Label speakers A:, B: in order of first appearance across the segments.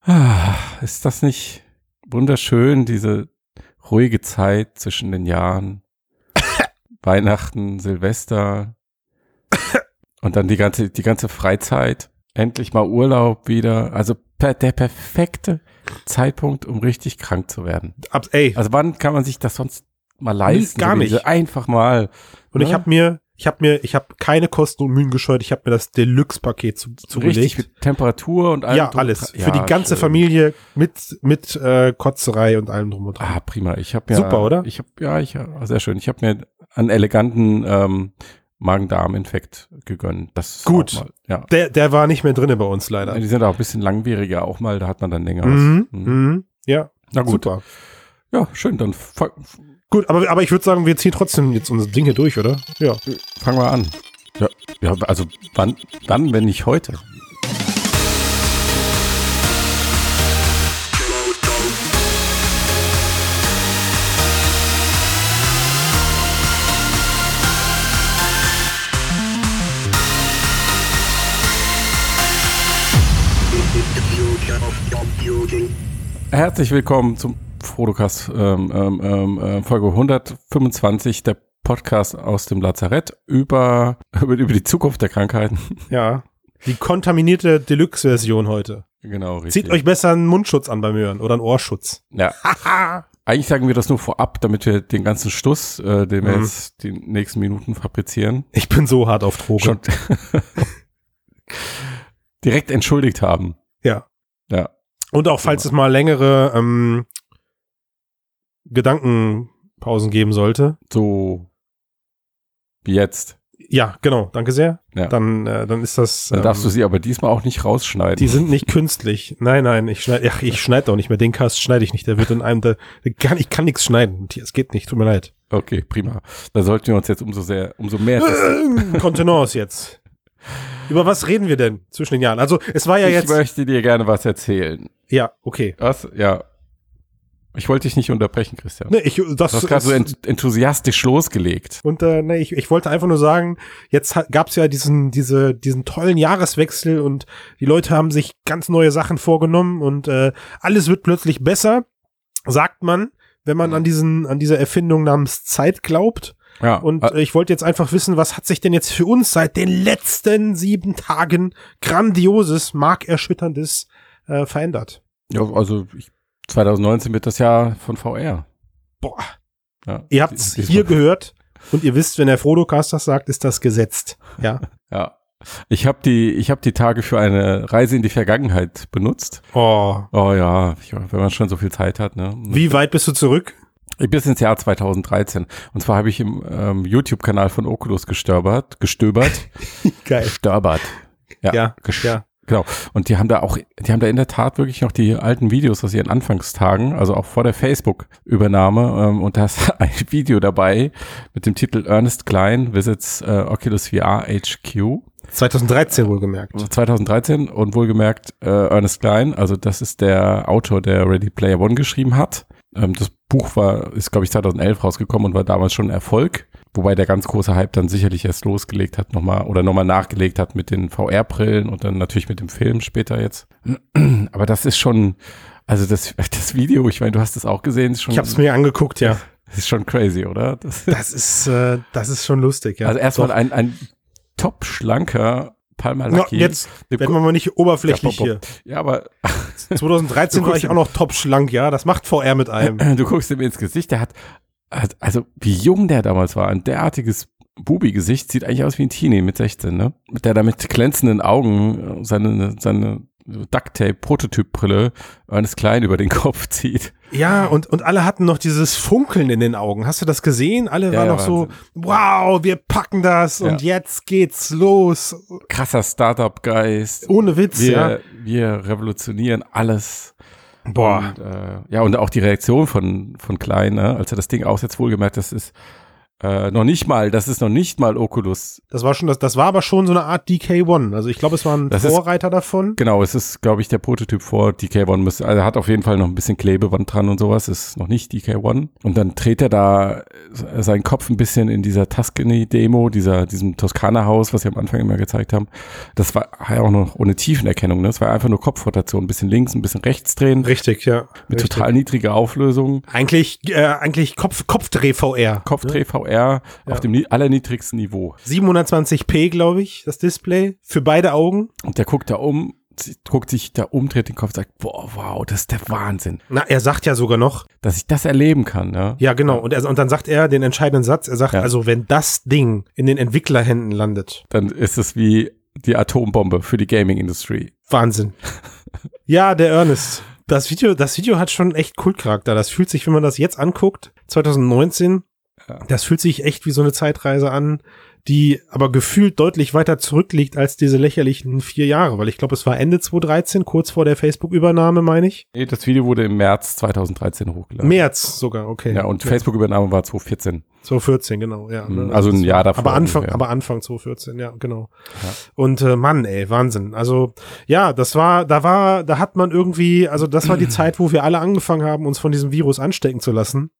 A: Ah, ist das nicht wunderschön, diese ruhige Zeit zwischen den Jahren? Weihnachten, Silvester und dann die ganze, die ganze Freizeit. Endlich mal Urlaub wieder. Also per, der perfekte Zeitpunkt, um richtig krank zu werden.
B: Ab, ey,
A: Also wann kann man sich das sonst mal leisten?
B: gar
A: So
B: nicht.
A: diese Einfach mal.
B: und
A: ne?
B: ich habe mir, ich habe mir, ich habe keine Kosten und Mühen gescheut. Ich habe mir das Deluxe-Paket zu,
A: richtig
B: zugelegt.
A: mit Temperatur und allem.
B: ja,
A: drum-
B: alles.
A: Ja,
B: Für die ganze
A: schön.
B: Familie mit, mit äh, Kotzerei und allem drum und dran.
A: Ah, prima. Ich habe ja,
B: Super, oder?
A: Ich habe ja, ich ah, sehr schön. Ich habe mir einen eleganten ähm, Magen-Darm-Infekt gegönnt. Das ist
B: Gut.
A: auch Mal, ja.
B: Der, der war nicht mehr drinne bei uns leider.
A: Ah. Die sind auch ein bisschen langwieriger auch mal. Da hat man dann länger. was.
B: Mhm.
A: Mhm.
B: Mhm. Ja,
A: Na gut.
B: super.
A: Ja, schön. Dann fa
B: Gut, aber, aber ich würde sagen, wir ziehen trotzdem jetzt unsere Dinge durch, oder? Ja.
A: fangen wir an. Ja, ja also wann, wann, wenn nicht heute? Herzlich willkommen zum Frodocast ähm, ähm, ähm, äh, Folge 125, der Podcast aus dem Lazarett über, über, über die Zukunft der Krankheiten.
B: Ja. Die kontaminierte Deluxe-Version heute.
A: genau, richtig.
B: Zieht euch besser einen Mundschutz an beim Hören oder einen Ohrschutz.
A: ja. Eigentlich sagen wir das nur vorab, damit wir den ganzen Stuss, äh, den wir
B: Mhm.
A: jetzt die nächsten Minuten fabrizieren,
B: Ich bin so hart auf Droge.
A: schon direkt entschuldigt haben.
B: Ja.
A: Ja.
B: Und auch falls es mal längere ähm, Gedankenpausen geben sollte.
A: So wie jetzt.
B: Ja, genau. Danke sehr.
A: Ja.
B: Dann, äh, dann ist das.
A: Dann
B: ähm,
A: darfst du sie aber diesmal auch nicht rausschneiden.
B: Die sind nicht künstlich. Nein, nein, ich schneide, ach, ich schneide auch nicht mehr. Den Cast schneide ich nicht. Der wird in einem, der, der kann, ich kann nichts schneiden. Es geht nicht. Tut mir leid.
A: Okay, prima. Da sollten wir uns jetzt umso sehr, umso mehr.
B: Ähm, Kontenance jetzt. Über was reden wir denn zwischen den Jahren? Also, es war ja
A: ich
B: jetzt.
A: möchte dir gerne was erzählen.
B: Ja, okay.
A: Was? Ja. Ich wollte dich nicht unterbrechen, Christian.
B: Nee, Ne, ich, das
A: Du hast gerade so
B: ist,
A: ent enthusiastisch losgelegt.
B: und äh, nee, ich, ich wollte einfach nur sagen, jetzt ha- gab's ja diesen, diese, diesen tollen Jahreswechsel und die Leute haben sich ganz neue Sachen vorgenommen und äh, alles wird plötzlich besser, sagt man, wenn man an diesen, an diese Erfindung namens Zeit glaubt.
A: Ja.
B: Und
A: Ah,
B: äh, ich wollte jetzt einfach wissen, was hat sich denn jetzt für uns seit den letzten sieben Tagen grandioses, markerschütterndes äh, verändert?
A: ja, also ich, 2019 wird das Jahr von VR.
B: Boah,
A: Ja.
B: ihr habt es
A: Dies-
B: hier
A: diesmal-
B: gehört und ihr wisst, wenn der Frodo Casters sagt, ist das gesetzt. Ja.
A: Ja. Ich habe die, ich habe die Tage für eine Reise in die Vergangenheit benutzt.
B: Oh.
A: Oh ja, ich, wenn man schon so viel Zeit hat, ne?
B: Wie weit bist du zurück?
A: Bis ins Jahr 2013. Und zwar habe ich im ähm, YouTube-Kanal von Oculus gestöbert, gestöbert,
B: Geil.
A: gestöbert.
B: Ja,
A: gesch-
B: ja.
A: Genau. Und die haben da auch, die haben da in der Tat wirklich noch die alten Videos aus ihren Anfangstagen, also auch vor der Facebook-Übernahme. Ähm, und da ist ein Video dabei mit dem Titel Ernest Klein visits äh, Oculus VR HQ
B: 2013
A: Mhm.
B: wohlgemerkt.
A: 2013 Also und wohlgemerkt äh, Ernest Klein, also das ist der Autor, der Ready Player One geschrieben hat. Ähm, das Buch war, ist glaube ich 2011 rausgekommen und war damals schon ein Erfolg. Wobei der ganz große Hype dann sicherlich erst losgelegt hat nochmal oder nochmal nachgelegt hat mit den VR-Brillen und dann natürlich mit dem Film später jetzt. Aber das ist schon, also das, das Video, ich meine, du hast es auch gesehen, ist schon,
B: Ich habe es mir angeguckt, ja.
A: ist schon crazy, oder? Das,
B: Das ist, äh, das ist schon lustig, ja.
A: also erstmal
B: Doch.
A: ein, ein top schlanker Palmer
B: No,
A: Lucky.
B: jetzt
A: Dem
B: werden
A: Ko-
B: wir mal nicht oberflächlich
A: Ja,
B: hier.
A: pop, ja, aber
B: 2013
A: Du
B: war
A: guckst
B: ich auch noch top schlank, ja. Das macht VR mit einem.
A: Äh, du guckst ihm ins Gesicht, der hat, hat, also wie jung der damals war, ein derartiges Bubi-Gesicht sieht eigentlich aus wie ein Teenie mit 16, ne? Mit der da mit glänzenden Augen äh, seine, seine Ducktape-Prototyp-Brille eines Kleinen über den Kopf zieht.
B: Ja, und, und alle hatten noch dieses Funkeln in den Augen. Hast du das gesehen? Alle
A: Ja,
B: waren
A: ja,
B: noch so, wow, wir packen das
A: Ja.
B: und jetzt geht's los.
A: Krasser Startup-Geist.
B: Ohne Witz,
A: Wir,
B: Oh, ja.
A: wir revolutionieren alles. Und, äh, ja, und auch die Reaktion von, von Klein, ne? als er das Ding aussetzt, wohlgemerkt, das ist Äh, noch nicht mal, das ist noch nicht mal Oculus.
B: Das war schon, das, das war aber schon so eine Art DK1. Also ich glaube, es war ein
A: Das ist-
B: Vorreiter davon.
A: Genau, es ist, glaube ich, der Prototyp vor DK1. Müsste, also er hat auf jeden Fall noch ein bisschen Klebeband dran und sowas. Ist noch nicht DK1. Und dann dreht er da äh, seinen Kopf ein bisschen in dieser Tuscany-Demo, dieser, diesem Toskana-Haus, was sie am Anfang immer gezeigt haben. Das war ja auch noch ohne Tiefenerkennung. Ne? Das war einfach nur Kopfrotation. Ein bisschen links, ein bisschen rechts drehen.
B: Richtig, ja.
A: mit
B: Richtig.
A: total niedriger Auflösung.
B: Eigentlich, äh, eigentlich Kopf, Kopfdreh VR.
A: Kopfdreh VR auf dem ni- allerniedrigsten Niveau.
B: 720p, glaube ich, das Display. Für beide Augen.
A: Und der guckt da um, sie- guckt sich da um, dreht den Kopf, sagt, boah, wow, das ist der Wahnsinn,
B: Na, er sagt ja sogar noch.
A: dass ich das erleben kann. Ja,
B: Ja, genau. Und, er, und dann sagt er den entscheidenden Satz. Er sagt,
A: Ja.
B: also wenn das Ding in den Entwicklerhänden landet.
A: Dann ist es wie die Atombombe für die Gaming-Industrie.
B: Wahnsinn. ja, der Ernest. Das Video, das Video hat schon echt Kultcharakter. Das fühlt sich, wenn man das jetzt anguckt, 2019,
A: Ja.
B: das fühlt sich echt wie so eine Zeitreise an, die aber gefühlt deutlich weiter zurückliegt als diese lächerlichen vier Jahre, weil ich glaube, es war Ende 2013, kurz vor der Facebook-Übernahme, meine ich.
A: Nee, Das Video wurde im März 2013 hochgeladen.
B: März sogar, okay.
A: Ja, und Facebook-Übernahme war 2014.
B: 2014, genau, ja.
A: Mhm, also ein Jahr davor
B: Aber Anfang,
A: ungefähr.
B: aber Anfang 2014, ja, genau. Und äh, Mann, ey, Wahnsinn. Also, ja, das war, da war, da hat man irgendwie, also das war die Zeit, wo wir alle angefangen haben, uns von diesem Virus anstecken zu lassen.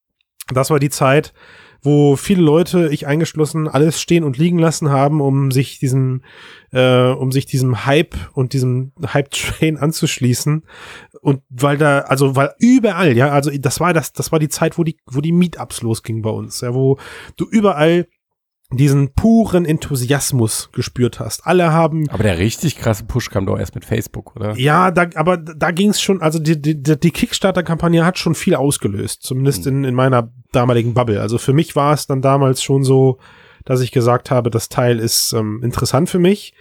B: Das war die Zeit, wo viele Leute, ich eingeschlossen, alles stehen und liegen lassen haben, um sich diesem, äh, um sich diesem Hype und diesem Hype-Train anzuschließen. Und weil da, also weil überall, ja, also das war das, das war die Zeit, wo die, wo die Meetups losgingen bei uns, ja, wo du überall diesen puren Enthusiasmus gespürt hast. Alle haben
A: Aber der richtig krasse Push kam doch erst mit Facebook, oder?
B: ja, da, aber da ging es schon, also die, die, die Kickstarter-Kampagne hat schon viel ausgelöst, zumindest in, in meiner damaligen Bubble. Also für mich war es dann damals schon so, dass ich gesagt habe, das Teil ist ähm, interessant für mich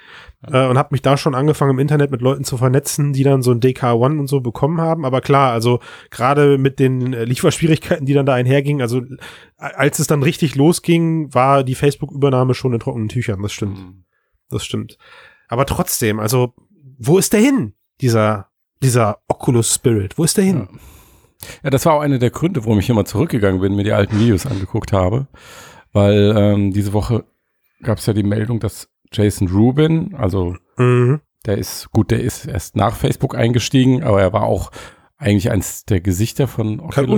B: äh, und habe mich da schon angefangen, im Internet mit Leuten zu vernetzen, die dann so ein DK1 und so bekommen haben. Aber klar, also gerade mit den äh, Lieferschwierigkeiten, die dann da einhergingen, also äh, als es dann richtig losging, war die Facebook-Übernahme schon in trockenen Tüchern, das stimmt.
A: Mhm.
B: Das stimmt. Aber trotzdem, also, wo ist der hin? Dieser, dieser Oculus Spirit, wo ist der hin?
A: Ja, das war auch einer der Gründe, warum ich immer zurückgegangen bin, mir die alten Videos angeguckt habe. Weil ähm, diese Woche gab es ja die Meldung, dass Jason Rubin, also
B: Mhm.
A: der ist, gut, der ist erst nach Facebook eingestiegen, aber er war auch eigentlich eins der Gesichter von
B: Kein
A: Oculus.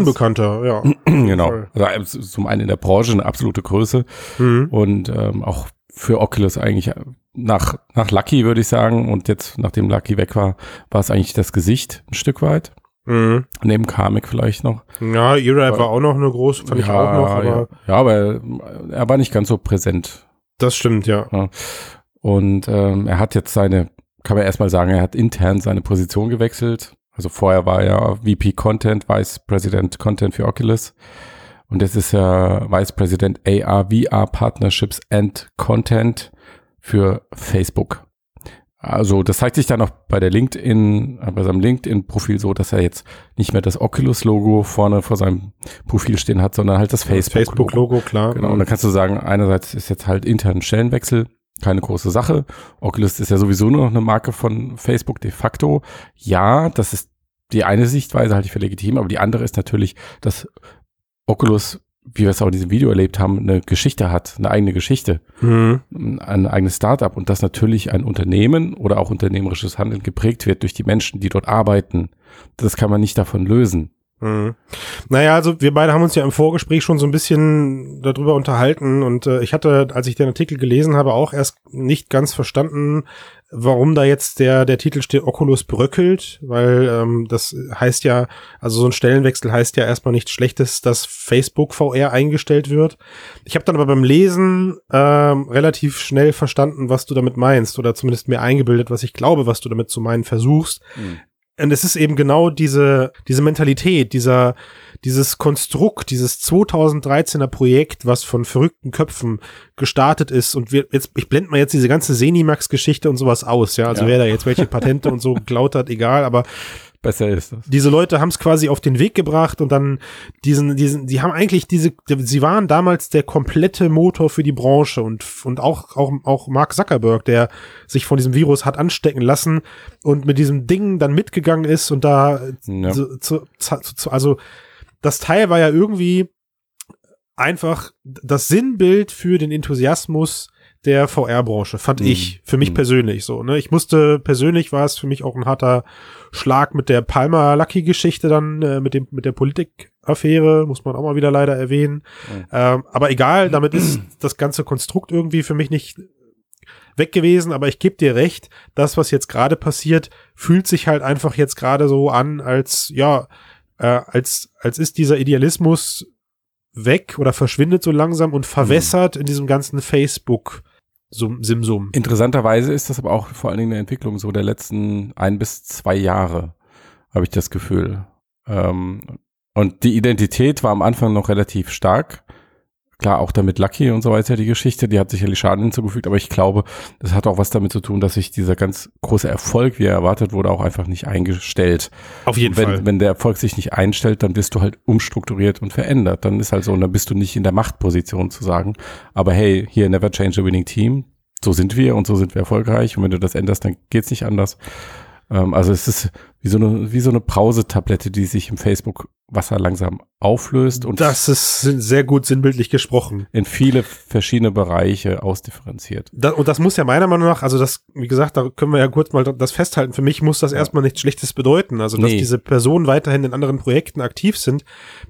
B: Unbekannter, ja.
A: genau.
B: Voll.
A: Also äh, zum einen in der Branche eine absolute Größe
B: Mhm.
A: und ähm, auch für Oculus eigentlich äh, nach, nach Lucky, würde ich sagen. Und jetzt, nachdem Lucky weg war, war es eigentlich das Gesicht ein Stück weit.
B: Mhm.
A: Neben Kamek vielleicht noch.
B: Ja, E-Rap
A: Aber-
B: war auch noch eine große, fand ich auch noch, aber
A: ja. ja, aber äh, er war nicht ganz so präsent.
B: das stimmt, ja.
A: Und ähm, er hat jetzt seine, kann man erstmal sagen, er hat intern seine Position gewechselt. Also vorher war er VP Content, Vice President Content für Oculus. Und jetzt ist er Vice President AR, VR Partnerships and Content für Facebook. Also das zeigt sich dann auch bei der LinkedIn, äh, bei seinem LinkedIn-Profil so, dass er jetzt nicht mehr das Oculus-Logo vorne vor seinem Profil stehen hat, sondern halt das Facebook-Logo. facebook logo
B: Facebook-Logo, klar.
A: Genau, und dann kannst du sagen, einerseits ist jetzt halt intern Stellenwechsel keine große Sache. Oculus ist ja sowieso nur noch eine Marke von Facebook de facto. Ja, das ist die eine Sichtweise, halte ich für legitim, aber die andere ist natürlich, dass Oculus, wie wir es auch in diesem Video erlebt haben, eine Geschichte hat, eine eigene Geschichte,
B: Mhm.
A: ein eigenes Startup und dass natürlich ein Unternehmen oder auch unternehmerisches Handeln geprägt wird durch die Menschen, die dort arbeiten. Das kann man nicht davon lösen.
B: Mhm. Naja, also wir beide haben uns ja im Vorgespräch schon so ein bisschen darüber unterhalten und äh, ich hatte, als ich den Artikel gelesen habe, auch erst nicht ganz verstanden, warum da jetzt der, der Titel steht, Oculus bröckelt, weil ähm, das heißt ja, also so ein Stellenwechsel heißt ja erstmal nichts Schlechtes, dass Facebook VR eingestellt wird. Ich habe dann aber beim Lesen ähm, relativ schnell verstanden, was du damit meinst oder zumindest mir eingebildet, was ich glaube, was du damit zu meinen versuchst. Und es ist eben genau diese, diese Mentalität, dieser, dieses Konstrukt, dieses 2013er Projekt, was von verrückten Köpfen gestartet ist. Und wir, jetzt, ich blende mal jetzt diese ganze Senimax-Geschichte und sowas aus, ja. Also
A: Ja.
B: wer da jetzt welche Patente und so geklaut hat, egal, aber
A: Besser ist das.
B: diese Leute haben es quasi auf den Weg gebracht und dann diesen, diesen, die haben eigentlich diese, sie waren damals der komplette Motor für die Branche und, und auch, auch, auch Mark Zuckerberg, der sich von diesem Virus hat anstecken lassen und mit diesem Ding dann mitgegangen ist und da
A: Ja.
B: also, so, zu, zu, zu, also das Teil war ja irgendwie einfach das Sinnbild für den Enthusiasmus der VR-Branche, fand
A: Mhm.
B: ich, für mich
A: Mhm.
B: persönlich so. Ne? Ich musste, persönlich war es für mich auch ein harter Schlag mit der Palmer-Lucky-Geschichte dann, äh, mit, dem, mit der Politik-Affäre, muss man auch mal wieder leider erwähnen.
A: Mhm.
B: Ähm, aber egal, damit ist das ganze Konstrukt irgendwie für mich nicht weg gewesen, aber ich geb dir recht, das, was jetzt gerade passiert, fühlt sich halt einfach jetzt gerade so an, als, ja, äh, als, als ist dieser Idealismus weg oder verschwindet so langsam und verwässert in diesem ganzen Facebook-Simsum.
A: Interessanterweise ist das aber auch vor allen Dingen eine Entwicklung so der letzten ein bis zwei Jahre, habe ich das Gefühl. Ähm, und die Identität war am Anfang noch relativ stark. Klar, auch damit Lucky und so weiter die Geschichte, die hat sicherlich Schaden hinzugefügt, aber ich glaube, das hat auch was damit zu tun, dass sich dieser ganz große Erfolg, wie er erwartet wurde, auch einfach nicht eingestellt.
B: Auf jeden
A: wenn,
B: Fall.
A: wenn der Erfolg sich nicht einstellt, dann wirst du halt umstrukturiert und verändert. Dann ist halt so, und dann bist du nicht in der Machtposition zu sagen, aber hey, hier never change a winning team. So sind wir und so sind wir erfolgreich. Und wenn du das änderst, dann geht's nicht anders. Ähm, also es ist wie so eine, wie so eine Brausetablette, die sich im Facebook Wasser langsam auflöst und
B: Das ist sehr gut sinnbildlich gesprochen.
A: in viele verschiedene Bereiche ausdifferenziert.
B: Da, und das muss ja meiner Meinung nach, also das, wie gesagt, da können wir ja kurz mal das festhalten. Für mich muss das erstmal nichts Schlechtes bedeuten. Also, dass
A: Nee.
B: diese Personen weiterhin in anderen Projekten aktiv sind,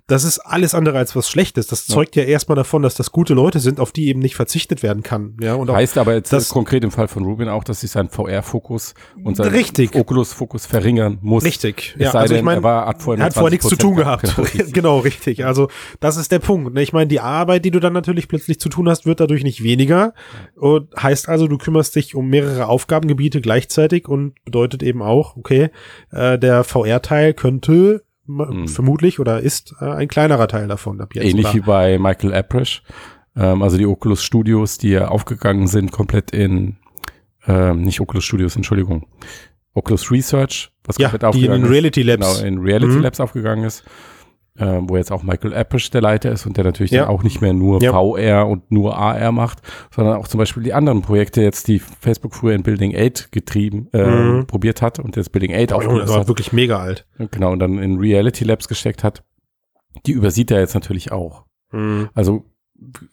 B: das ist alles andere als was Schlechtes. Das
A: Ja.
B: zeugt ja erstmal davon, dass das gute Leute sind, auf die eben nicht verzichtet werden kann. Ja, und auch
A: Heißt aber jetzt
B: das-
A: konkret im Fall von Rubin auch, dass sich sein VR-Fokus und sein
B: Richtig.
A: Oculus-Fokus verringern muss.
B: richtig.
A: Es
B: Ja,
A: sei
B: also
A: denn,
B: ich meine,
A: er war, hat vorher,
B: Er
A: nur
B: hat vorher nichts zu
A: 20%
B: tun gehabt.
A: Genau, richtig.
B: genau, richtig. Also das ist der Punkt. ne? Ich meine, die Arbeit, die du dann natürlich plötzlich zu tun hast, wird dadurch nicht weniger. Und heißt also, du kümmerst dich um mehrere Aufgabengebiete gleichzeitig und bedeutet eben auch, okay, äh, der VR-Teil könnte ma-
A: Mhm.
B: vermutlich oder ist äh, ein kleinerer Teil davon ab jetzt.
A: Ähnlich
B: Oder-
A: wie bei Michael Aprish. Ähm, also die Oculus Studios, die ja aufgegangen sind, komplett in, ähm, nicht Oculus Studios, Entschuldigung, Oculus Research, was komplett
B: ja, die in
A: aufgegangen
B: den Reality Labs.
A: ist. Genau, in Reality
B: Mhm.
A: Labs aufgegangen ist. Ähm, wo jetzt auch Michael Aprish der Leiter ist und der natürlich
B: Ja.
A: dann auch nicht mehr nur
B: Ja.
A: VR und nur AR macht, sondern auch zum Beispiel die anderen Projekte jetzt, die Facebook früher in Building 8 getrieben, äh,
B: Mhm.
A: probiert hat und jetzt Building 8
B: Oh, Junge, das
A: aufgelöst
B: war
A: hat.
B: wirklich mega alt.
A: Genau, und dann in Reality Labs gesteckt hat. Die übersieht er jetzt natürlich auch. Also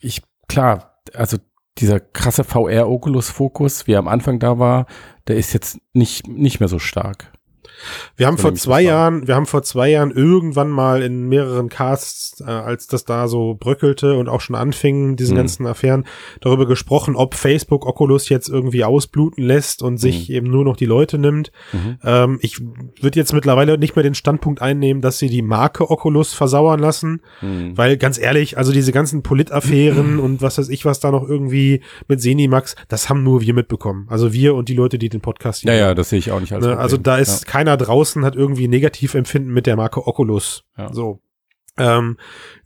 A: ich, klar, also dieser krasse VR-Oculus-Fokus, wie er am Anfang da war, der ist jetzt nicht, nicht mehr so stark.
B: Wir haben
A: So
B: vor
A: nehme ich
B: zwei
A: das wahr.
B: Jahren, wir haben vor zwei Jahren irgendwann mal in mehreren Casts, äh, als das da so bröckelte und auch schon anfingen, diesen
A: Mhm.
B: ganzen Affären, darüber gesprochen, ob Facebook Oculus jetzt irgendwie ausbluten lässt und sich
A: Mhm.
B: eben nur noch die Leute nimmt. Ähm, ich würde jetzt mittlerweile nicht mehr den Standpunkt einnehmen, dass sie die Marke Oculus versauern lassen,
A: Mhm.
B: weil ganz ehrlich, also diese ganzen Polit-Affären und was weiß ich, was da noch irgendwie mit Senimax, das haben nur wir mitbekommen. Also wir und die Leute, die den Podcast hier
A: Ja, ja, das sehe ich auch nicht als
B: Ne,
A: Problem.
B: also da ist keiner draußen, hat irgendwie ein Negativempfinden mit der Marke Oculus.
A: Ja.
B: So. Ähm,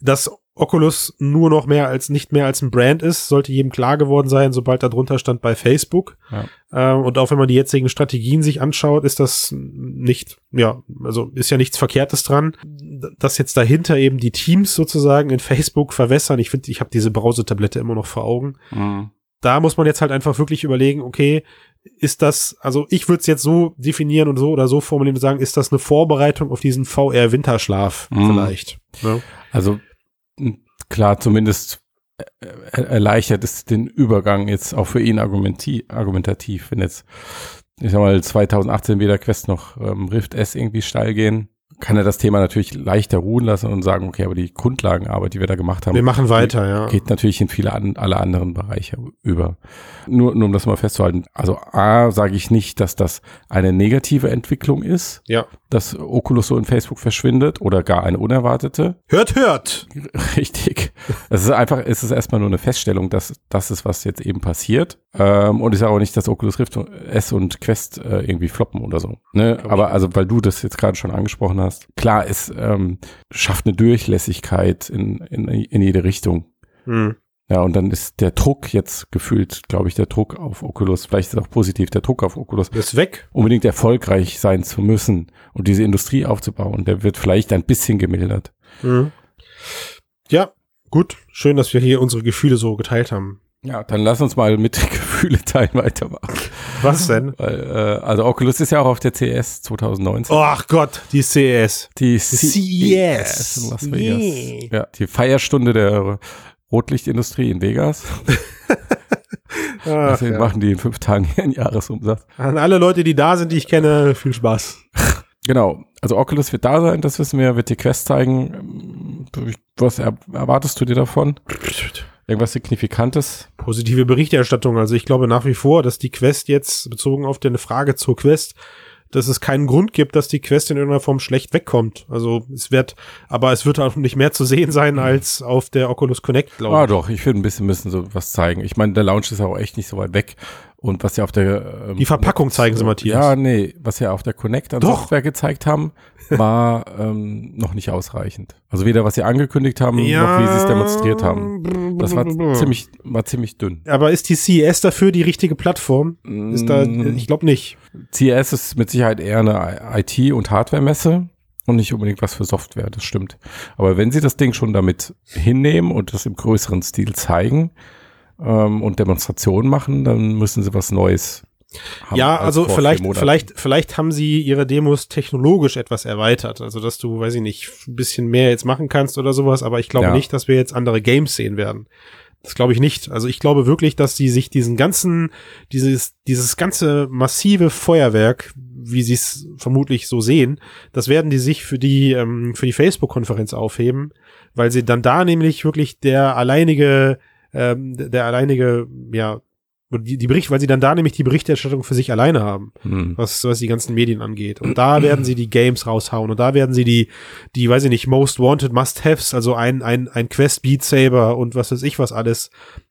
B: dass Oculus nur noch mehr als nicht mehr als ein Brand ist, sollte jedem klar geworden sein, sobald da drunter stand bei Facebook.
A: Ja.
B: Ähm, und auch wenn man die jetzigen Strategien sich anschaut, ist das nicht, ja, also ist ja nichts Verkehrtes dran. Dass jetzt dahinter eben die Teams sozusagen in Facebook verwässern. Ich finde, ich habe diese Brausetablette immer noch vor Augen
A: ja. Mhm.
B: da muss man jetzt halt einfach wirklich überlegen, okay, ist das, also ich würde es jetzt so definieren und so oder so formulieren und sagen, ist das eine Vorbereitung auf diesen VR-Winterschlaf
A: Mhm.
B: vielleicht? Ne?
A: Also m, klar, zumindest äh, er- erleichtert es den Übergang jetzt auch für ihn argumenti- argumentativ, wenn jetzt, ich sag mal, 2018 weder Quest noch ähm, Rift S irgendwie steil gehen, kann er das Thema natürlich leichter ruhen lassen und sagen, okay, aber die Grundlagenarbeit, die wir da gemacht haben,
B: Wir machen weiter, ja.
A: geht natürlich in viele an, alle anderen Bereiche über. Nur, nur um das mal festzuhalten. Also A, sage ich nicht, dass das eine negative Entwicklung ist,
B: Ja.
A: dass Oculus so in Facebook verschwindet oder gar eine unerwartete.
B: Hört, hört!
A: Richtig. Es ist einfach, es ist erstmal nur eine Feststellung, dass das ist, was jetzt eben passiert. Ähm, und ich sage auch nicht, dass Oculus Rift S und Quest äh, irgendwie floppen oder so. Ne?
B: ich
A: Aber also, weil du das jetzt gerade schon angesprochen hast, klar, es ähm, schafft eine Durchlässigkeit in, in, in jede Richtung.
B: Hm.
A: Ja, und dann ist der Druck jetzt gefühlt, glaube ich, der Druck auf Oculus, vielleicht ist auch positiv der Druck auf Oculus,
B: Ist weg.
A: unbedingt erfolgreich sein zu müssen und diese Industrie aufzubauen, der wird vielleicht ein bisschen gemildert.
B: Hm. Ja, gut. Schön, dass wir hier unsere Gefühle so geteilt haben.
A: Ja, dann lass uns mal mit Gefühle-Teil weitermachen.
B: Was denn?
A: Weil, äh, also Oculus ist ja auch auf der CES 2019.
B: Ach Gott, die CES.
A: die E
B: CES.
A: in Las Vegas.
B: Yeah.
A: Ja, die Feierstunde der Rotlichtindustrie in Vegas.
B: Ach,
A: Deswegen
B: ja.
A: machen die in fünf Tagen ihren Jahresumsatz.
B: An alle Leute, die da sind, die ich kenne, viel Spaß.
A: Genau, also Oculus wird da sein, das wissen wir, wird die Quest zeigen. Ähm, Was er erwartest du dir davon? Irgendwas Signifikantes?
B: Positive Berichterstattung. Also ich glaube nach wie vor, dass die Quest jetzt, bezogen auf deine Frage zur Quest, dass es keinen Grund gibt, dass die Quest in irgendeiner Form schlecht wegkommt. Also es wird, aber es wird auch nicht mehr zu sehen sein als auf der Oculus Connect,
A: Mhm. Ah
B: glaube
A: doch, ich finde ein bisschen müssen so was zeigen. Ich meine, der Lounge ist auch echt nicht so weit weg. Und was sie auf der ähm,
B: ich. Die Verpackung zeigen sie, Matthias.
A: Ja, nee, was sie auf der Connect an
B: Doch.
A: Software gezeigt haben, war ähm, noch nicht ausreichend. Also weder was sie angekündigt haben, noch wie sie es demonstriert haben. Das war ziemlich, war ziemlich dünn.
B: Aber ist die CES dafür die richtige Plattform? Ist da,
A: Mm.
B: ich glaube nicht.
A: CES ist mit Sicherheit eher eine IT- und Hardware-Messe und nicht unbedingt was für Software, das stimmt. Aber wenn sie das Ding schon damit hinnehmen und das im größeren Stil zeigen ähm, und Demonstrationen machen, dann müssen sie was Neues haben.
B: Ja, also
A: vor
B: vielleicht,
A: vier Monaten.
B: vielleicht, vielleicht haben sie ihre Demos technologisch etwas erweitert. Also, dass du, weiß ich nicht, ein bisschen mehr jetzt machen kannst oder sowas. Aber ich glaube
A: Ja.
B: nicht, dass wir jetzt andere Games sehen werden. Das glaube ich nicht. Also, ich glaube wirklich, dass sie sich diesen ganzen, dieses, dieses ganze massive Feuerwerk, wie sie es vermutlich so sehen, das werden die sich für die, ähm, für die Facebook-Konferenz aufheben, weil sie dann da nämlich wirklich der alleinige, ähm, der alleinige, ja, die, die Bericht, weil sie dann da nämlich die Berichterstattung für sich alleine haben,
A: Hm.
B: was, was die ganzen Medien angeht. Und da werden sie die Games raushauen und da werden sie die, die, weiß ich nicht, Most Wanted Must-Haves, also ein, ein, ein Quest Beat Saber und was weiß ich was alles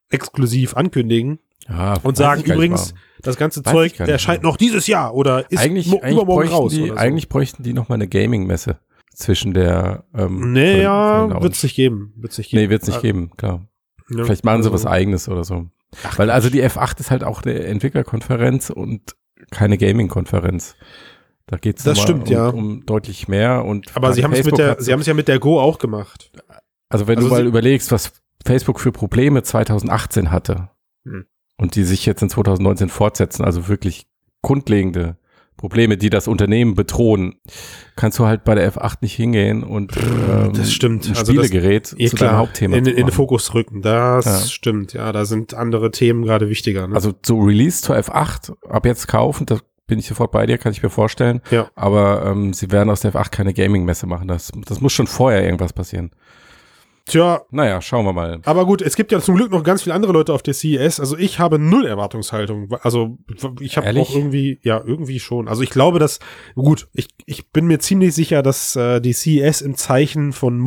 B: exklusiv ankündigen
A: Ja,
B: und
A: weiß
B: sagen
A: ich gar nicht
B: übrigens,
A: warum.
B: das ganze
A: Weiß
B: Zeug
A: ich gar nicht
B: erscheint noch dieses Jahr oder ist
A: eigentlich,
B: mo-
A: eigentlich,
B: übermorgen
A: bräuchten,
B: raus.
A: die,
B: oder so.
A: eigentlich bräuchten die noch mal eine Gaming-Messe zwischen der ähm, von- von der
B: Naja,
A: Lounge.
B: wird's nicht geben. Wird's nicht geben.
A: Nee, wird's nicht
B: Ah,
A: geben, klar.
B: ne?
A: Vielleicht machen sie
B: Also-
A: was eigenes oder so. Weil also die F8 ist halt auch eine Entwicklerkonferenz und keine Gaming-Konferenz. Da geht es
B: Das stimmt,
A: um,
B: ja.
A: um deutlich mehr. Und
B: Aber sie haben es mit
A: Facebook
B: der,
A: hat-
B: sie haben es ja mit der Go auch gemacht.
A: also wenn
B: also
A: du mal
B: sie-
A: überlegst, was Facebook für Probleme 2018 hatte
B: Hm.
A: und die sich jetzt in 2019 fortsetzen, also wirklich grundlegende Probleme, die das Unternehmen bedrohen, kannst du halt bei der F8 nicht hingehen und ähm,
B: das stimmt.
A: ein
B: Also das-
A: Spielegerät
B: Ja,
A: zu deinem
B: klar,
A: Hauptthema
B: in,
A: zu
B: in den
A: machen.
B: Fokus rücken. Das
A: Ja.
B: stimmt, ja. Da sind andere Themen gerade wichtiger. Ne?
A: Also zu Release zur F8, ab jetzt kaufen, da bin ich sofort bei dir, kann ich mir vorstellen.
B: Ja.
A: Aber ähm, sie werden aus der F8 keine Gaming-Messe machen. Das, das muss schon vorher irgendwas passieren.
B: Tja,
A: Naja, schauen wir mal.
B: aber gut, es gibt ja zum Glück noch ganz viele andere Leute auf der CES. Also ich habe null Erwartungshaltung. Also ich habe
A: Ehrlich?
B: auch irgendwie, ja, irgendwie schon. Also ich glaube, dass, gut, ich, ich bin mir ziemlich sicher, dass äh, die CES im Zeichen von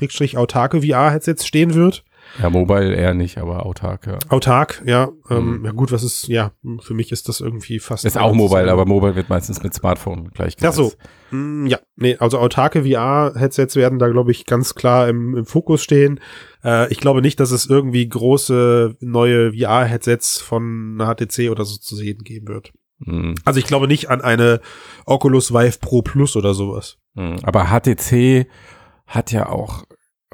B: Mobile-autarke VR-Headsets stehen wird.
A: Ja, Mobile eher nicht, aber autark. Ja.
B: Autark, ja. Ähm,
A: Mhm.
B: ja gut, was ist, ja, für mich ist das irgendwie fast.
A: Ist auch Mobile, aber Mobile wird meistens mit Smartphone
B: Ach
A: gleichgesetzt.
B: so. Mm, Ja, nee, also autarke VR-Headsets werden da, glaube ich, ganz klar im, im Fokus stehen. Äh, ich glaube nicht, dass es irgendwie große neue VR-Headsets von einer HTC oder so zu sehen geben wird.
A: Mhm.
B: Also ich glaube nicht an eine Oculus Vive Pro Plus oder sowas.
A: Mhm. Aber HTC hat ja auch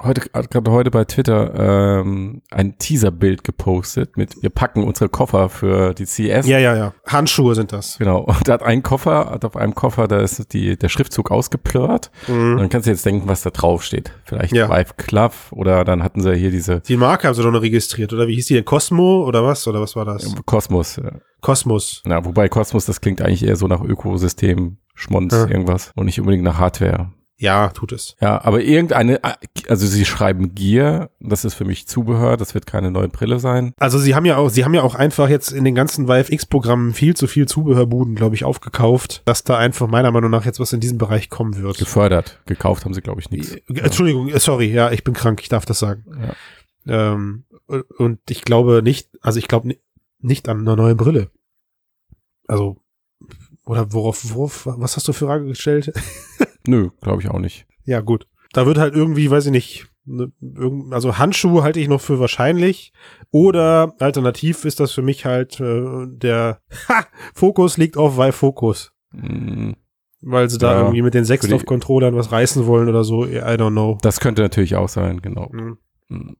A: heute hat gerade heute bei Twitter ähm, ein Teaser-Bild gepostet mit wir packen unsere Koffer für die CS.
B: Ja, ja, ja. Handschuhe sind das.
A: Genau. Und da hat einen Koffer, hat auf einem Koffer, da ist die, der Schriftzug ausgeplört.
B: Mhm.
A: Dann kannst du jetzt denken, was da drauf steht. Vielleicht
B: Ja.
A: Live Club oder dann hatten sie hier diese
B: Die Marke haben sie doch noch registriert, oder wie hieß die denn? Cosmo oder was? Oder was war das?
A: Kosmos. äh,
B: Cosmos.
A: Na, wobei Kosmos, das klingt eigentlich eher so nach Ökosystem, Schmonz,
B: Ja.
A: irgendwas und nicht unbedingt nach Hardware.
B: Ja, tut es.
A: Ja, aber irgendeine, also sie schreiben Gear, das ist für mich Zubehör, das wird keine neue Brille sein.
B: Also sie haben ja auch, sie haben ja auch einfach jetzt in den ganzen Vive X-Programmen viel zu viel Zubehörbuden, glaube ich, aufgekauft, dass da einfach meiner Meinung nach jetzt was in diesem Bereich kommen wird.
A: Gefördert. Gekauft haben sie, glaube ich, nichts.
B: Äh, Entschuldigung, äh, sorry, ja, ich bin krank, ich darf das sagen. Ähm, und ich glaube nicht, also ich glaube ni- nicht an eine neue Brille. Also, oder worauf, worauf, was hast du für Frage gestellt?
A: Nö, glaube ich auch nicht.
B: Ja, gut. Da wird halt irgendwie, weiß ich nicht, ne, irgend- also Handschuhe halte ich noch für wahrscheinlich. Oder alternativ ist das für mich halt äh, der ha, Fokus liegt auf Vive Focus.
A: Mm,
B: Weil sie da
A: Ja,
B: irgendwie mit den Sextov-Controllern was reißen wollen oder so. I don't know.
A: Das könnte natürlich auch sein, genau.
B: Mhm.
A: Mm.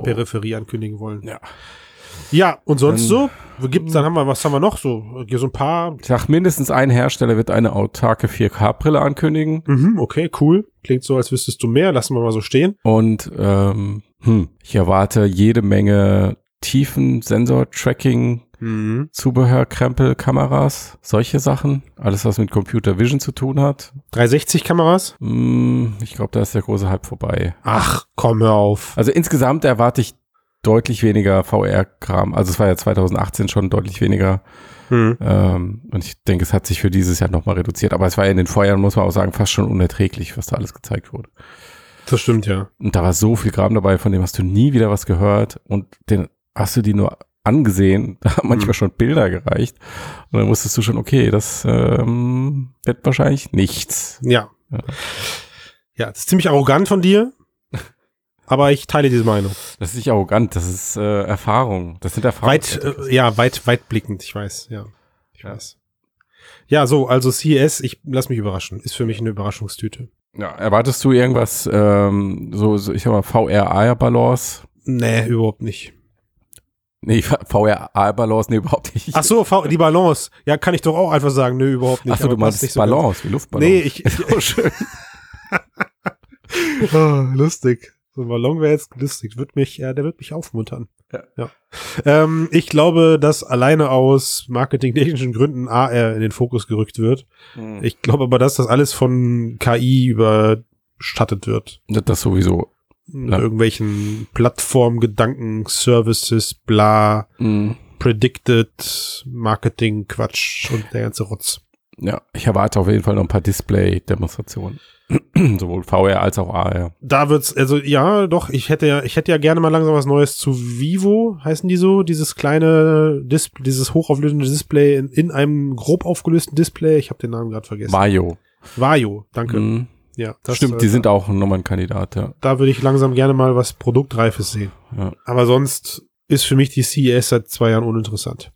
A: Oh.
B: Peripherie ankündigen wollen.
A: Ja.
B: Ja, und sonst so? Wo gibt's dann haben wir, was haben wir noch so? Hier so ein paar.
A: Ich sag, mindestens ein Hersteller wird eine autarke 4K-Brille ankündigen.
B: Mhm, okay, cool. Klingt so, als wüsstest du mehr. Lassen wir mal so stehen.
A: Und ähm, hm, ich erwarte jede Menge tiefen Sensor-Tracking,
B: Mhm.
A: Zubehör, Krempel, Kameras, solche Sachen. Alles, was mit Computer Vision zu tun hat.
B: 360-Kameras?
A: Hm, ich glaube, da ist der große Hype vorbei.
B: Ach, komm, hör auf.
A: Also insgesamt erwarte ich deutlich weniger VR-Kram. Also es war ja 2018 schon deutlich weniger.
B: Mhm.
A: Ähm, und ich denke, es hat sich für dieses Jahr nochmal reduziert. Aber es war ja in den Vorjahren, muss man auch sagen, fast schon unerträglich, was da alles gezeigt wurde.
B: Das stimmt, ja.
A: Und da war so viel Kram dabei, von dem hast du nie wieder was gehört. Und den hast du die nur angesehen. Da haben manchmal
B: Mhm.
A: schon Bilder gereicht. Und dann wusstest du schon, okay, das ähm, wird wahrscheinlich nichts.
B: Ja.
A: Ja.
B: Ja, das ist ziemlich arrogant von dir. Aber ich teile diese Meinung.
A: Das ist nicht arrogant, das ist äh, Erfahrung. Das sind Erfahrungen.
B: Weit, äh, ja, weit, weitblickend, ich weiß, ja. Ich weiß. Ja, so, also CES, ich lass mich überraschen. Ist für mich eine Überraschungstüte.
A: Ja, erwartest du irgendwas, ähm, so, so, ich sag mal, VR-Balance?
B: Nee, überhaupt nicht.
A: Nee, VR-Balance, nee, überhaupt nicht.
B: Ach so, V- die Balance. Ja, kann ich doch auch einfach sagen, nö, überhaupt nicht.
A: Ach so,
B: aber
A: du
B: passt
A: meinst
B: nicht so ganz.
A: Balance, wie Luftballon.
B: Nee, ich, ich
A: So schön.
B: Ah, lustig. So ein Ballon wäre jetzt lustig. Wird mich, ja, der wird mich aufmuntern.
A: Ja.
B: Ähm, ich glaube, dass alleine aus marketingtechnischen Gründen AR in den Fokus gerückt wird.
A: Mhm. Hm.
B: Ich glaube aber, dass das alles von KI überstattet wird.
A: das sowieso.
B: Mit
A: Ja.
B: irgendwelchen Plattformen, Gedanken, Services, bla,
A: Mhm.
B: predicted, Marketing, Quatsch und der ganze Rotz.
A: Ja, ich erwarte auf jeden Fall noch ein paar Display-Demonstrationen. Sowohl VR als auch AR.
B: Da wird's, also ja, doch, ich hätte ja, ich hätte ja gerne mal langsam was Neues zu Vivo, heißen die so, dieses kleine Display, dieses hochauflösende Display in, in einem grob aufgelösten Display. Ich habe den Namen gerade vergessen.
A: Mayo.
B: Vario, danke.
A: Mhm.
B: Ja,
A: Stimmt, die
B: äh,
A: sind auch nochmal ein Kandidat, ja.
B: Da würde ich langsam gerne mal was Produktreifes sehen.
A: Ja.
B: Aber sonst ist für mich die CES seit zwei Jahren uninteressant.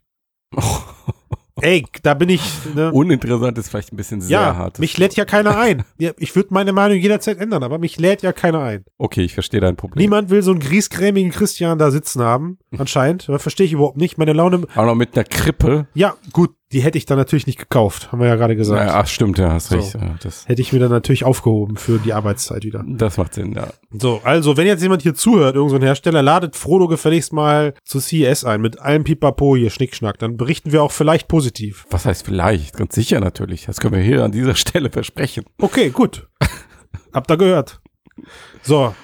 B: Ey, da bin ich, ne?
A: Uninteressant ist vielleicht ein bisschen sehr
B: Ja,
A: hart.
B: mich lädt ja keiner ein. Ja, ich würde meine Meinung jederzeit ändern, aber mich lädt ja keiner ein.
A: Okay, ich verstehe dein Problem.
B: Niemand will so einen griesgrämigen Christian da sitzen haben, anscheinend. Aber verstehe ich überhaupt nicht. Meine Laune.
A: Auch noch mit einer Krippe.
B: Ja, gut, die hätte ich dann natürlich nicht gekauft, haben wir ja gerade gesagt.
A: Ja, ach, stimmt, ja, hast
B: So.
A: recht. Ja, das,
B: Hätte ich mir dann natürlich aufgehoben für die Arbeitszeit wieder.
A: das macht Sinn, ja.
B: So, also, wenn jetzt jemand hier zuhört, irgendein so ein Hersteller, ladet Frodo gefälligst mal zu CES ein mit allem Pipapo hier, Schnickschnack. Dann berichten wir auch vielleicht positiv.
A: Was heißt vielleicht? Ganz sicher natürlich. Das können wir hier an dieser Stelle versprechen.
B: Okay, gut. Habt ihr gehört. So.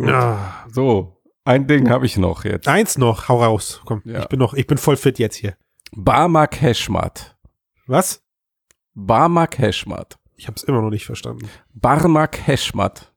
B: Ah,
A: So, ein Ding habe ich noch jetzt.
B: eins noch, hau raus. Komm,
A: Ja.
B: ich bin noch, ich bin voll fit jetzt hier.
A: Barmak Heschmat.
B: Was?
A: Barmak Heschmat.
B: Ich hab's immer noch nicht verstanden.
A: Barmak Heschmat.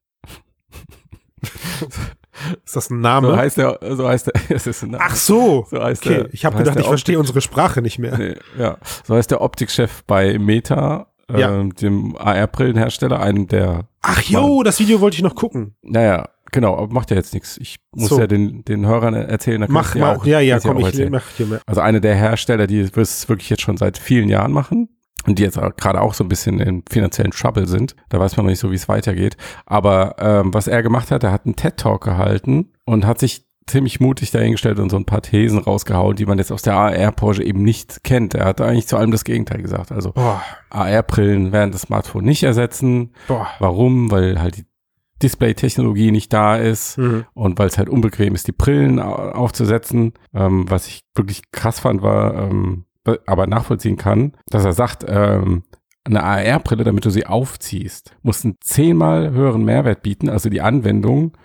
B: Ist das ein
A: So
B: Name?
A: heißt er, so heißt er, es ist ein Name.
B: Ach so. Äh,
A: so heißt
B: Okay,
A: der-
B: ich habe
A: so heißt
B: gedacht,
A: der
B: ich verstehe unsere Sprache nicht mehr.
A: Optik- nee, ja, so heißt der Optikchef bei Meta,
B: Ja.
A: ähm, dem AR-Brillenhersteller, einem der,
B: Ach jo, das Video wollte ich noch gucken.
A: naja, genau, aber macht ja jetzt nichts. Ich muss
B: So.
A: ja den, den Hörern erzählen. dann
B: Mach
A: kannst du
B: mal.
A: auch-
B: ja, ja,
A: kannst du
B: komm,
A: auch
B: ich
A: erzählen.
B: mach dir mehr.
A: Also eine der Hersteller, die es wirklich jetzt schon seit vielen Jahren machen und die jetzt auch gerade auch so ein bisschen in finanziellen Trouble sind. Da weiß man noch nicht so, wie es weitergeht. Aber ähm, was er gemacht hat, er hat einen TED-Talk gehalten und hat sich ziemlich mutig dahingestellt und so ein paar Thesen rausgehauen, die man jetzt aus der AR-Branche eben nicht kennt. Er hat eigentlich zu allem das Gegenteil gesagt. Also
B: Boah,
A: AR-Brillen werden das Smartphone nicht ersetzen.
B: boah.
A: Warum? Weil halt die Display-Technologie nicht da ist
B: Mhm.
A: und weil es halt unbequem ist, die Brillen au- aufzusetzen. Ähm, was ich wirklich krass fand, war, ähm, wa- aber nachvollziehen kann, dass er sagt, ähm, eine AR-Brille, damit du sie aufziehst, muss einen zehnmal höheren Mehrwert bieten, also die Anwendung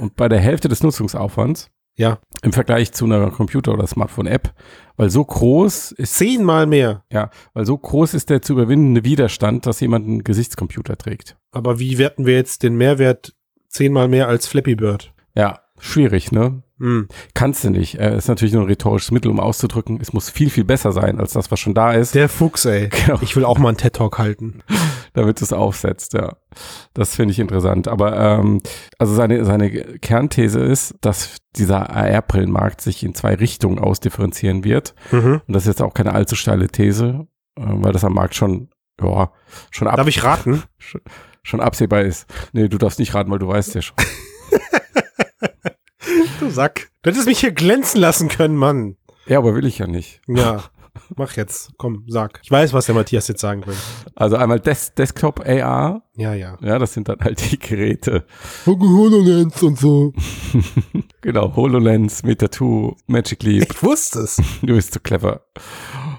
A: und bei der Hälfte des Nutzungsaufwands
B: Ja,
A: im Vergleich zu einer Computer- oder Smartphone-App, weil so groß ist,
B: zehnmal mehr.
A: ja, weil so groß ist der zu überwindende Widerstand, dass jemand einen Gesichtscomputer trägt.
B: Aber wie werten wir jetzt den Mehrwert zehnmal mehr als Flappy Bird?
A: Ja, schwierig, ne?
B: Mhm.
A: Kannst du nicht. Äh, ist natürlich nur ein rhetorisches Mittel, um auszudrücken, es muss viel, viel besser sein als das, was schon da ist,
B: Der Fuchs, ey.
A: Genau.
B: Ich will auch mal einen TED Talk halten.
A: damit du es aufsetzt, ja. Das finde ich interessant. Aber ähm, also seine, seine Kernthese ist, dass dieser AR-Brillenmarkt sich in zwei Richtungen ausdifferenzieren wird.
B: Mhm.
A: Und das ist jetzt auch keine allzu steile These, äh, weil das am Markt schon, ja, schon, ab,
B: Darf ich raten?
A: schon, schon absehbar ist. Nee, du darfst nicht raten, weil du weißt ja schon.
B: Du Sack. Du hättest mich hier glänzen lassen können, Mann.
A: Ja, aber will ich ja nicht.
B: Ja. Mach jetzt. Komm, sag. Ich weiß, was der Matthias jetzt sagen will.
A: Also einmal Des Desktop AR,
B: Ja, ja.
A: ja, das sind dann halt die Geräte.
B: HoloLens und so.
A: Genau, HoloLens, Meta 2, Magic Leap,
B: Ich wusste es.
A: du bist zu clever.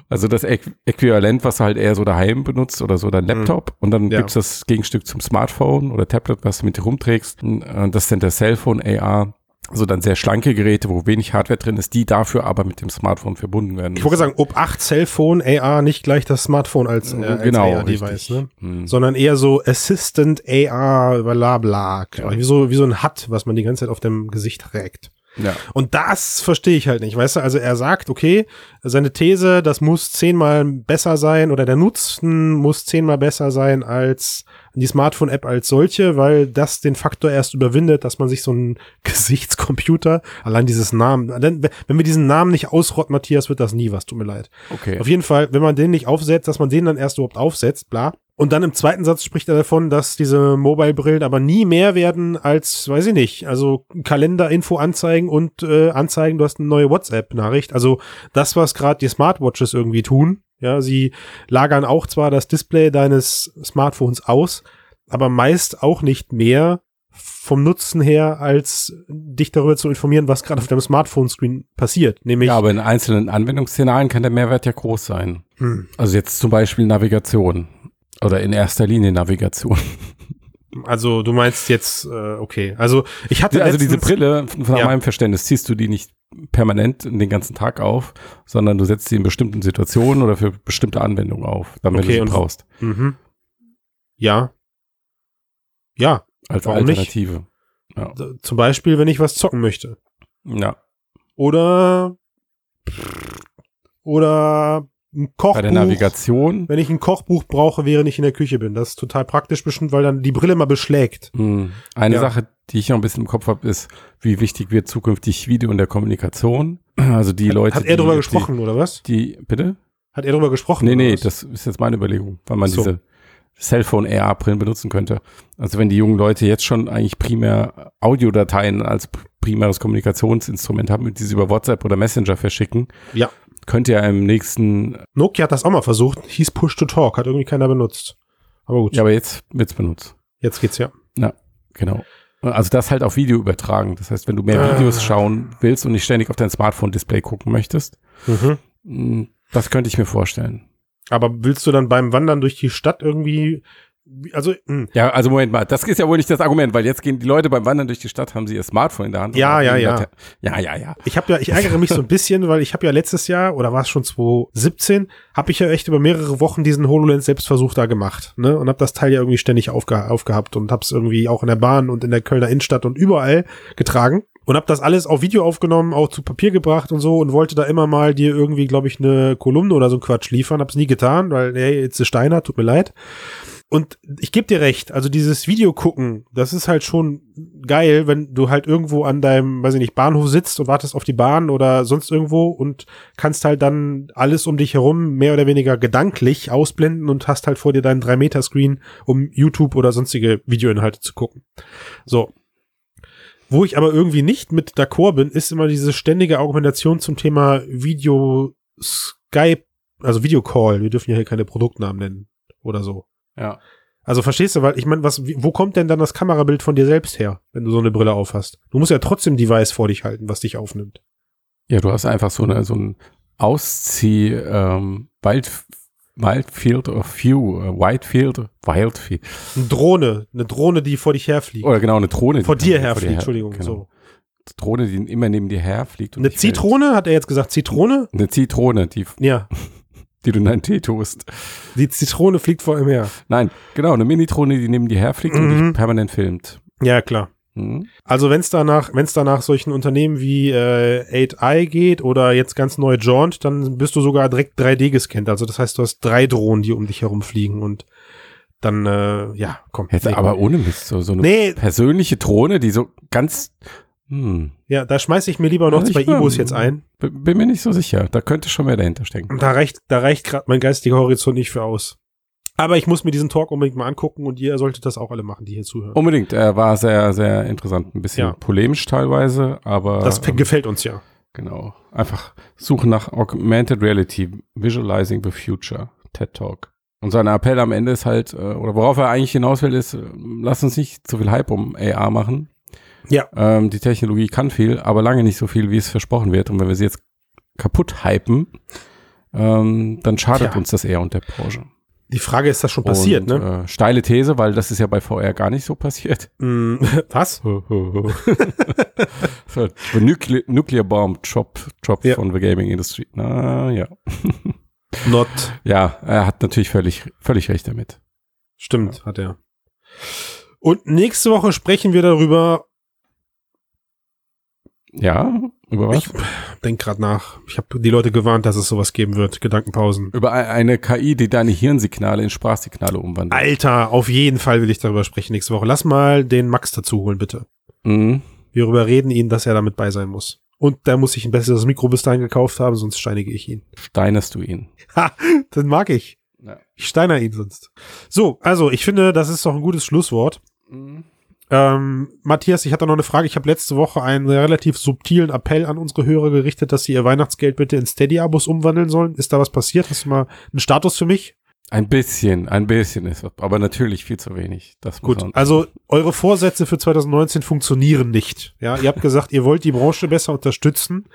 A: Also das Äqu Äquivalent, was du halt eher so daheim benutzt oder so dein Laptop und dann
B: Mhm. Ja.
A: gibt's das Gegenstück zum Smartphone oder Tablet, was du mit dir rumträgst. Und äh, Das sind der Cellphone AR, also dann sehr schlanke Geräte, wo wenig Hardware drin ist, die dafür aber mit dem Smartphone verbunden werden.
B: Ich wollte sagen, ob 8 Cellphone AR nicht gleich das Smartphone als, äh, als
A: genau,
B: AR-Device,
A: richtig.
B: ne?
A: Hm.
B: Sondern eher so Assistant AR, bla bla.
A: Ja.
B: Wie, so, wie so ein Hut, was man die ganze Zeit auf dem Gesicht trägt.
A: Ja.
B: Und das verstehe ich halt nicht, weißt du? Also er sagt, okay, seine These, das muss zehnmal besser sein oder der Nutzen muss zehnmal besser sein als die Smartphone-App als solche, weil das den Faktor erst überwindet, dass man sich so einen Gesichtscomputer, allein dieses Namen, denn wenn wir diesen Namen nicht ausrotten, Matthias, wird das nie was, tut mir leid.
A: Okay.
B: Auf jeden Fall, wenn man den nicht aufsetzt, dass man den dann erst überhaupt aufsetzt, bla. Und dann im zweiten Satz spricht er davon, dass diese Mobile-Brillen aber nie mehr werden als, weiß ich nicht, also Kalender-Info anzeigen und äh, anzeigen, du hast eine neue WhatsApp-Nachricht. Also das, was gerade die Smartwatches irgendwie tun. Ja, sie lagern auch zwar das Display deines Smartphones aus, aber meist auch nicht mehr vom Nutzen her, als dich darüber zu informieren, was gerade auf deinem Smartphone-Screen passiert. Nämlich,
A: Ja, aber in einzelnen Anwendungsszenarien kann der Mehrwert ja groß sein.
B: hm,
A: Also jetzt zum Beispiel Navigation oder in erster Linie Navigation.
B: Also du meinst jetzt, äh, okay. Also ich hatte
A: Also diese
B: letztens-
A: Brille, von
B: Ja.
A: meinem Verständnis, ziehst du die nicht permanent den ganzen Tag auf, sondern du setzt sie in bestimmten Situationen oder für bestimmte Anwendungen auf, dann wenn
B: Okay,
A: du
B: und-
A: sie brauchst,
B: Mhm. Ja. Ja,
A: als
B: warum nicht?
A: Alternative.
B: d- zum Beispiel, wenn ich was zocken möchte.
A: Ja.
B: Oder oder ein Kochbuch.
A: Bei der Navigation.
B: Wenn ich ein Kochbuch brauche, während ich in der Küche bin. Das ist total praktisch bestimmt, weil dann die Brille mal beschlägt.
A: Hm. Eine
B: Ja.
A: Sache, die ich noch ein bisschen im Kopf habe, ist, wie wichtig wird zukünftig Video in der Kommunikation? Also die
B: Hat-
A: Leute.
B: Hat er
A: die-
B: drüber
A: die-
B: gesprochen, oder was?
A: Die, bitte?
B: Hat er drüber gesprochen?
A: Nee,
B: oder
A: nee,
B: was?
A: das ist jetzt meine Überlegung, weil man
B: So.
A: diese Cellphone-AR-Brillen benutzen könnte. Also wenn die jungen Leute jetzt schon eigentlich primär Audiodateien als p- primäres Kommunikationsinstrument haben, die sie über WhatsApp oder Messenger verschicken,
B: Ja.
A: könnte ja im nächsten,
B: Nokia hat das auch mal versucht. Hieß Push to Talk, hat irgendwie keiner benutzt. Aber gut,
A: ja, aber jetzt wird's benutzt.
B: jetzt geht's ja.
A: Genau. Also das halt auf Video übertragen. Das heißt, wenn du mehr
B: Ah.
A: Videos schauen willst und nicht ständig auf dein Smartphone-Display gucken möchtest,
B: Mhm.
A: mh, das könnte ich mir vorstellen.
B: Aber willst du dann beim Wandern durch die Stadt irgendwie, also, mh,
A: Ja, also Moment mal, das ist ja wohl nicht das Argument, weil jetzt gehen die Leute beim Wandern durch die Stadt, haben sie ihr Smartphone in der Hand.
B: Ja,
A: Und
B: ja,
A: haben die
B: ja.
A: Late- Ja, ja, ja.
B: ich habe ja, ich ärgere mich so ein bisschen, weil ich habe ja letztes Jahr, oder war es schon 2017, habe ich ja echt über mehrere Wochen diesen HoloLens-Selbstversuch da gemacht, ne, und habe das Teil ja irgendwie ständig aufge aufgehabt und habe es irgendwie auch in der Bahn und in der Kölner Innenstadt und überall getragen und habe das alles auf Video aufgenommen, auch zu Papier gebracht und so und wollte da immer mal dir irgendwie, glaube ich, eine Kolumne oder so ein Quatsch liefern, habe es nie getan, weil, hey, jetzt ist Steiner, tut mir leid. Und ich geb dir recht, also dieses Video gucken, das ist halt schon geil, wenn du halt irgendwo an deinem, weiß ich nicht, Bahnhof sitzt und wartest auf die Bahn oder sonst irgendwo und kannst halt dann alles um dich herum mehr oder weniger gedanklich ausblenden und hast halt vor dir deinen 3-Meter-Screen, um YouTube oder sonstige Videoinhalte zu gucken. So. Wo ich aber irgendwie nicht mit d'accord bin, ist immer diese ständige Argumentation zum Thema Video Skype, also Videocall. Wir dürfen ja hier keine Produktnamen nennen oder so.
A: Ja.
B: Also verstehst du, weil ich meine, was, wie- wo kommt denn dann das Kamerabild von dir selbst her, wenn du so eine Brille aufhast? Du musst ja trotzdem Device vor dich halten, was dich aufnimmt.
A: Ja, du hast einfach so, eine, so ein Auszieh, ähm, Wild, Wildfield of View, äh, Whitefield, Wildfield.
B: Eine Drohne, eine Drohne, die vor dich herfliegt.
A: Oder genau, eine Drohne. die
B: vor dir
A: dann-
B: herfliegt, Entschuldigung.
A: genau.
B: So.
A: Eine Drohne, die immer neben dir herfliegt. und
B: Eine
A: dich fällt.
B: Zitrone, hat er jetzt gesagt, Zitrone?
A: Eine Zitrone, die,
B: Ja,
A: die du in deinen Tee tust.
B: die Zitrone fliegt vor ihm her.
A: Nein, genau, eine Minitrone, die neben dir herfliegt und
B: Mhm.
A: dich permanent filmt.
B: Ja, klar.
A: Hm?
B: Also wenn es danach, wenn's danach solchen Unternehmen wie äh, 8i geht oder jetzt ganz neu Jaunt, dann bist du sogar direkt 3D gescannt. Also das heißt, du hast drei Drohnen, die um dich herumfliegen und dann, äh, ja, komm.
A: Jetzt
B: Nee,
A: aber ohne Mist, so, so eine
B: nee,
A: persönliche Drohne, die so ganz. Hm,
B: Ja, da schmeiße ich mir lieber noch
A: Also ich
B: zwei
A: bin-
B: Ibos jetzt ein.
A: b- bin mir nicht so sicher. Da könnte schon mehr dahinter stecken.
B: Da reicht, da reicht gerade mein geistiger Horizont nicht für aus. Aber ich muss mir diesen Talk unbedingt mal angucken und ihr solltet das auch alle machen, die hier zuhören.
A: Unbedingt. Er war sehr, sehr interessant. Ein bisschen
B: Ja.
A: polemisch teilweise, aber
B: das
A: ähm,
B: gefällt uns ja.
A: genau. Einfach suchen nach Augmented Reality, Visualizing the Future, TED Talk. Und sein Appell am Ende ist halt, äh, oder worauf er eigentlich hinaus will, ist, äh, lass uns nicht zu viel Hype um AR machen.
B: Ja.
A: Ähm, die Technologie kann viel, aber lange nicht so viel, wie es versprochen wird. Und wenn wir sie jetzt kaputt hypen, ähm, dann schadet
B: Tja.
A: uns das eher und der Branche.
B: Die Frage ist das schon passiert,
A: und,
B: ne?
A: Äh, steile These, weil das ist ja bei VR gar nicht so passiert.
B: Mm, Was?
A: so, the nucle Nuclear Bomb Drop, Drop
B: Ja.
A: von the Gaming Industry. Na, ja.
B: Not.
A: ja, er hat natürlich völlig, völlig recht damit.
B: Stimmt, hat er. Und nächste Woche sprechen wir darüber.
A: Ja, über was?
B: Ich denk grad nach. Ich habe die Leute gewarnt, dass es sowas geben wird. Gedankenpausen.
A: über e- eine KI, die deine Hirnsignale in Sprachsignale umwandelt.
B: Alter, auf jeden Fall will ich darüber sprechen nächste Woche. Lass mal den Max dazu holen, bitte.
A: Mhm.
B: Wir überreden ihn, dass er damit bei sein muss. Und da muss ich ein besseres Mikro bis dahin gekauft haben, sonst steinige ich ihn.
A: Steinerst du ihn?
B: Ha, dann mag ich.
A: Ja.
B: Ich steiner ihn sonst. So, also ich finde, das ist doch ein gutes Schlusswort.
A: Mhm.
B: Ähm, Matthias, ich hatte noch eine Frage. Ich habe letzte Woche einen relativ subtilen Appell an unsere Hörer gerichtet, dass sie ihr Weihnachtsgeld bitte in Steady-Abos umwandeln sollen. Ist da was passiert? Hast du mal einen Status für mich?
A: Ein bisschen, ein bisschen ist was, aber natürlich viel zu wenig. Das muss
B: Gut,
A: man-
B: also eure Vorsätze für 2019 funktionieren nicht. Ja, ihr habt gesagt, ihr wollt die Branche besser unterstützen.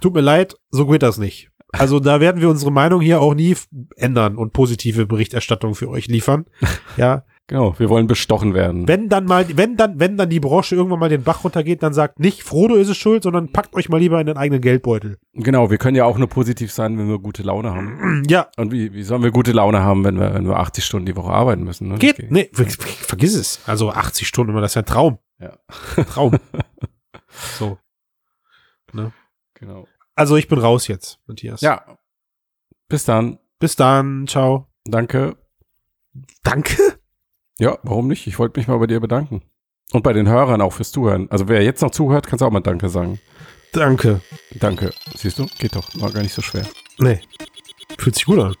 B: Tut mir leid, so geht das nicht. Also da werden wir unsere Meinung hier auch nie f- ändern und positive Berichterstattung für euch liefern. Ja,
A: genau, wir wollen bestochen werden.
B: wenn dann mal, wenn dann, wenn dann die Branche irgendwann mal den Bach runtergeht, dann sagt nicht Frodo ist es schuld, sondern packt euch mal lieber in den eigenen Geldbeutel.
A: Genau, wir können ja auch nur positiv sein, wenn wir gute Laune haben.
B: Ja,
A: Und wie, wie sollen wir gute Laune haben, wenn wir nur 80 Stunden die Woche arbeiten müssen? Ne?
B: geht. Nee, ver- vergiss es. Also 80 Stunden, immer, das ist ja ein Traum.
A: Ja.
B: Traum. so.
A: Genau.
B: Also ich bin raus jetzt, Matthias.
A: Ja. Bis dann.
B: Bis dann, ciao.
A: Danke.
B: Danke?
A: Ja, warum nicht? Ich wollte mich mal bei dir bedanken. Und bei den Hörern auch fürs Zuhören. Also wer jetzt noch zuhört, kannst auch mal Danke sagen.
B: Danke.
A: Danke. Siehst du? Geht doch. War gar nicht so schwer.
B: Nee. Fühlt sich gut an.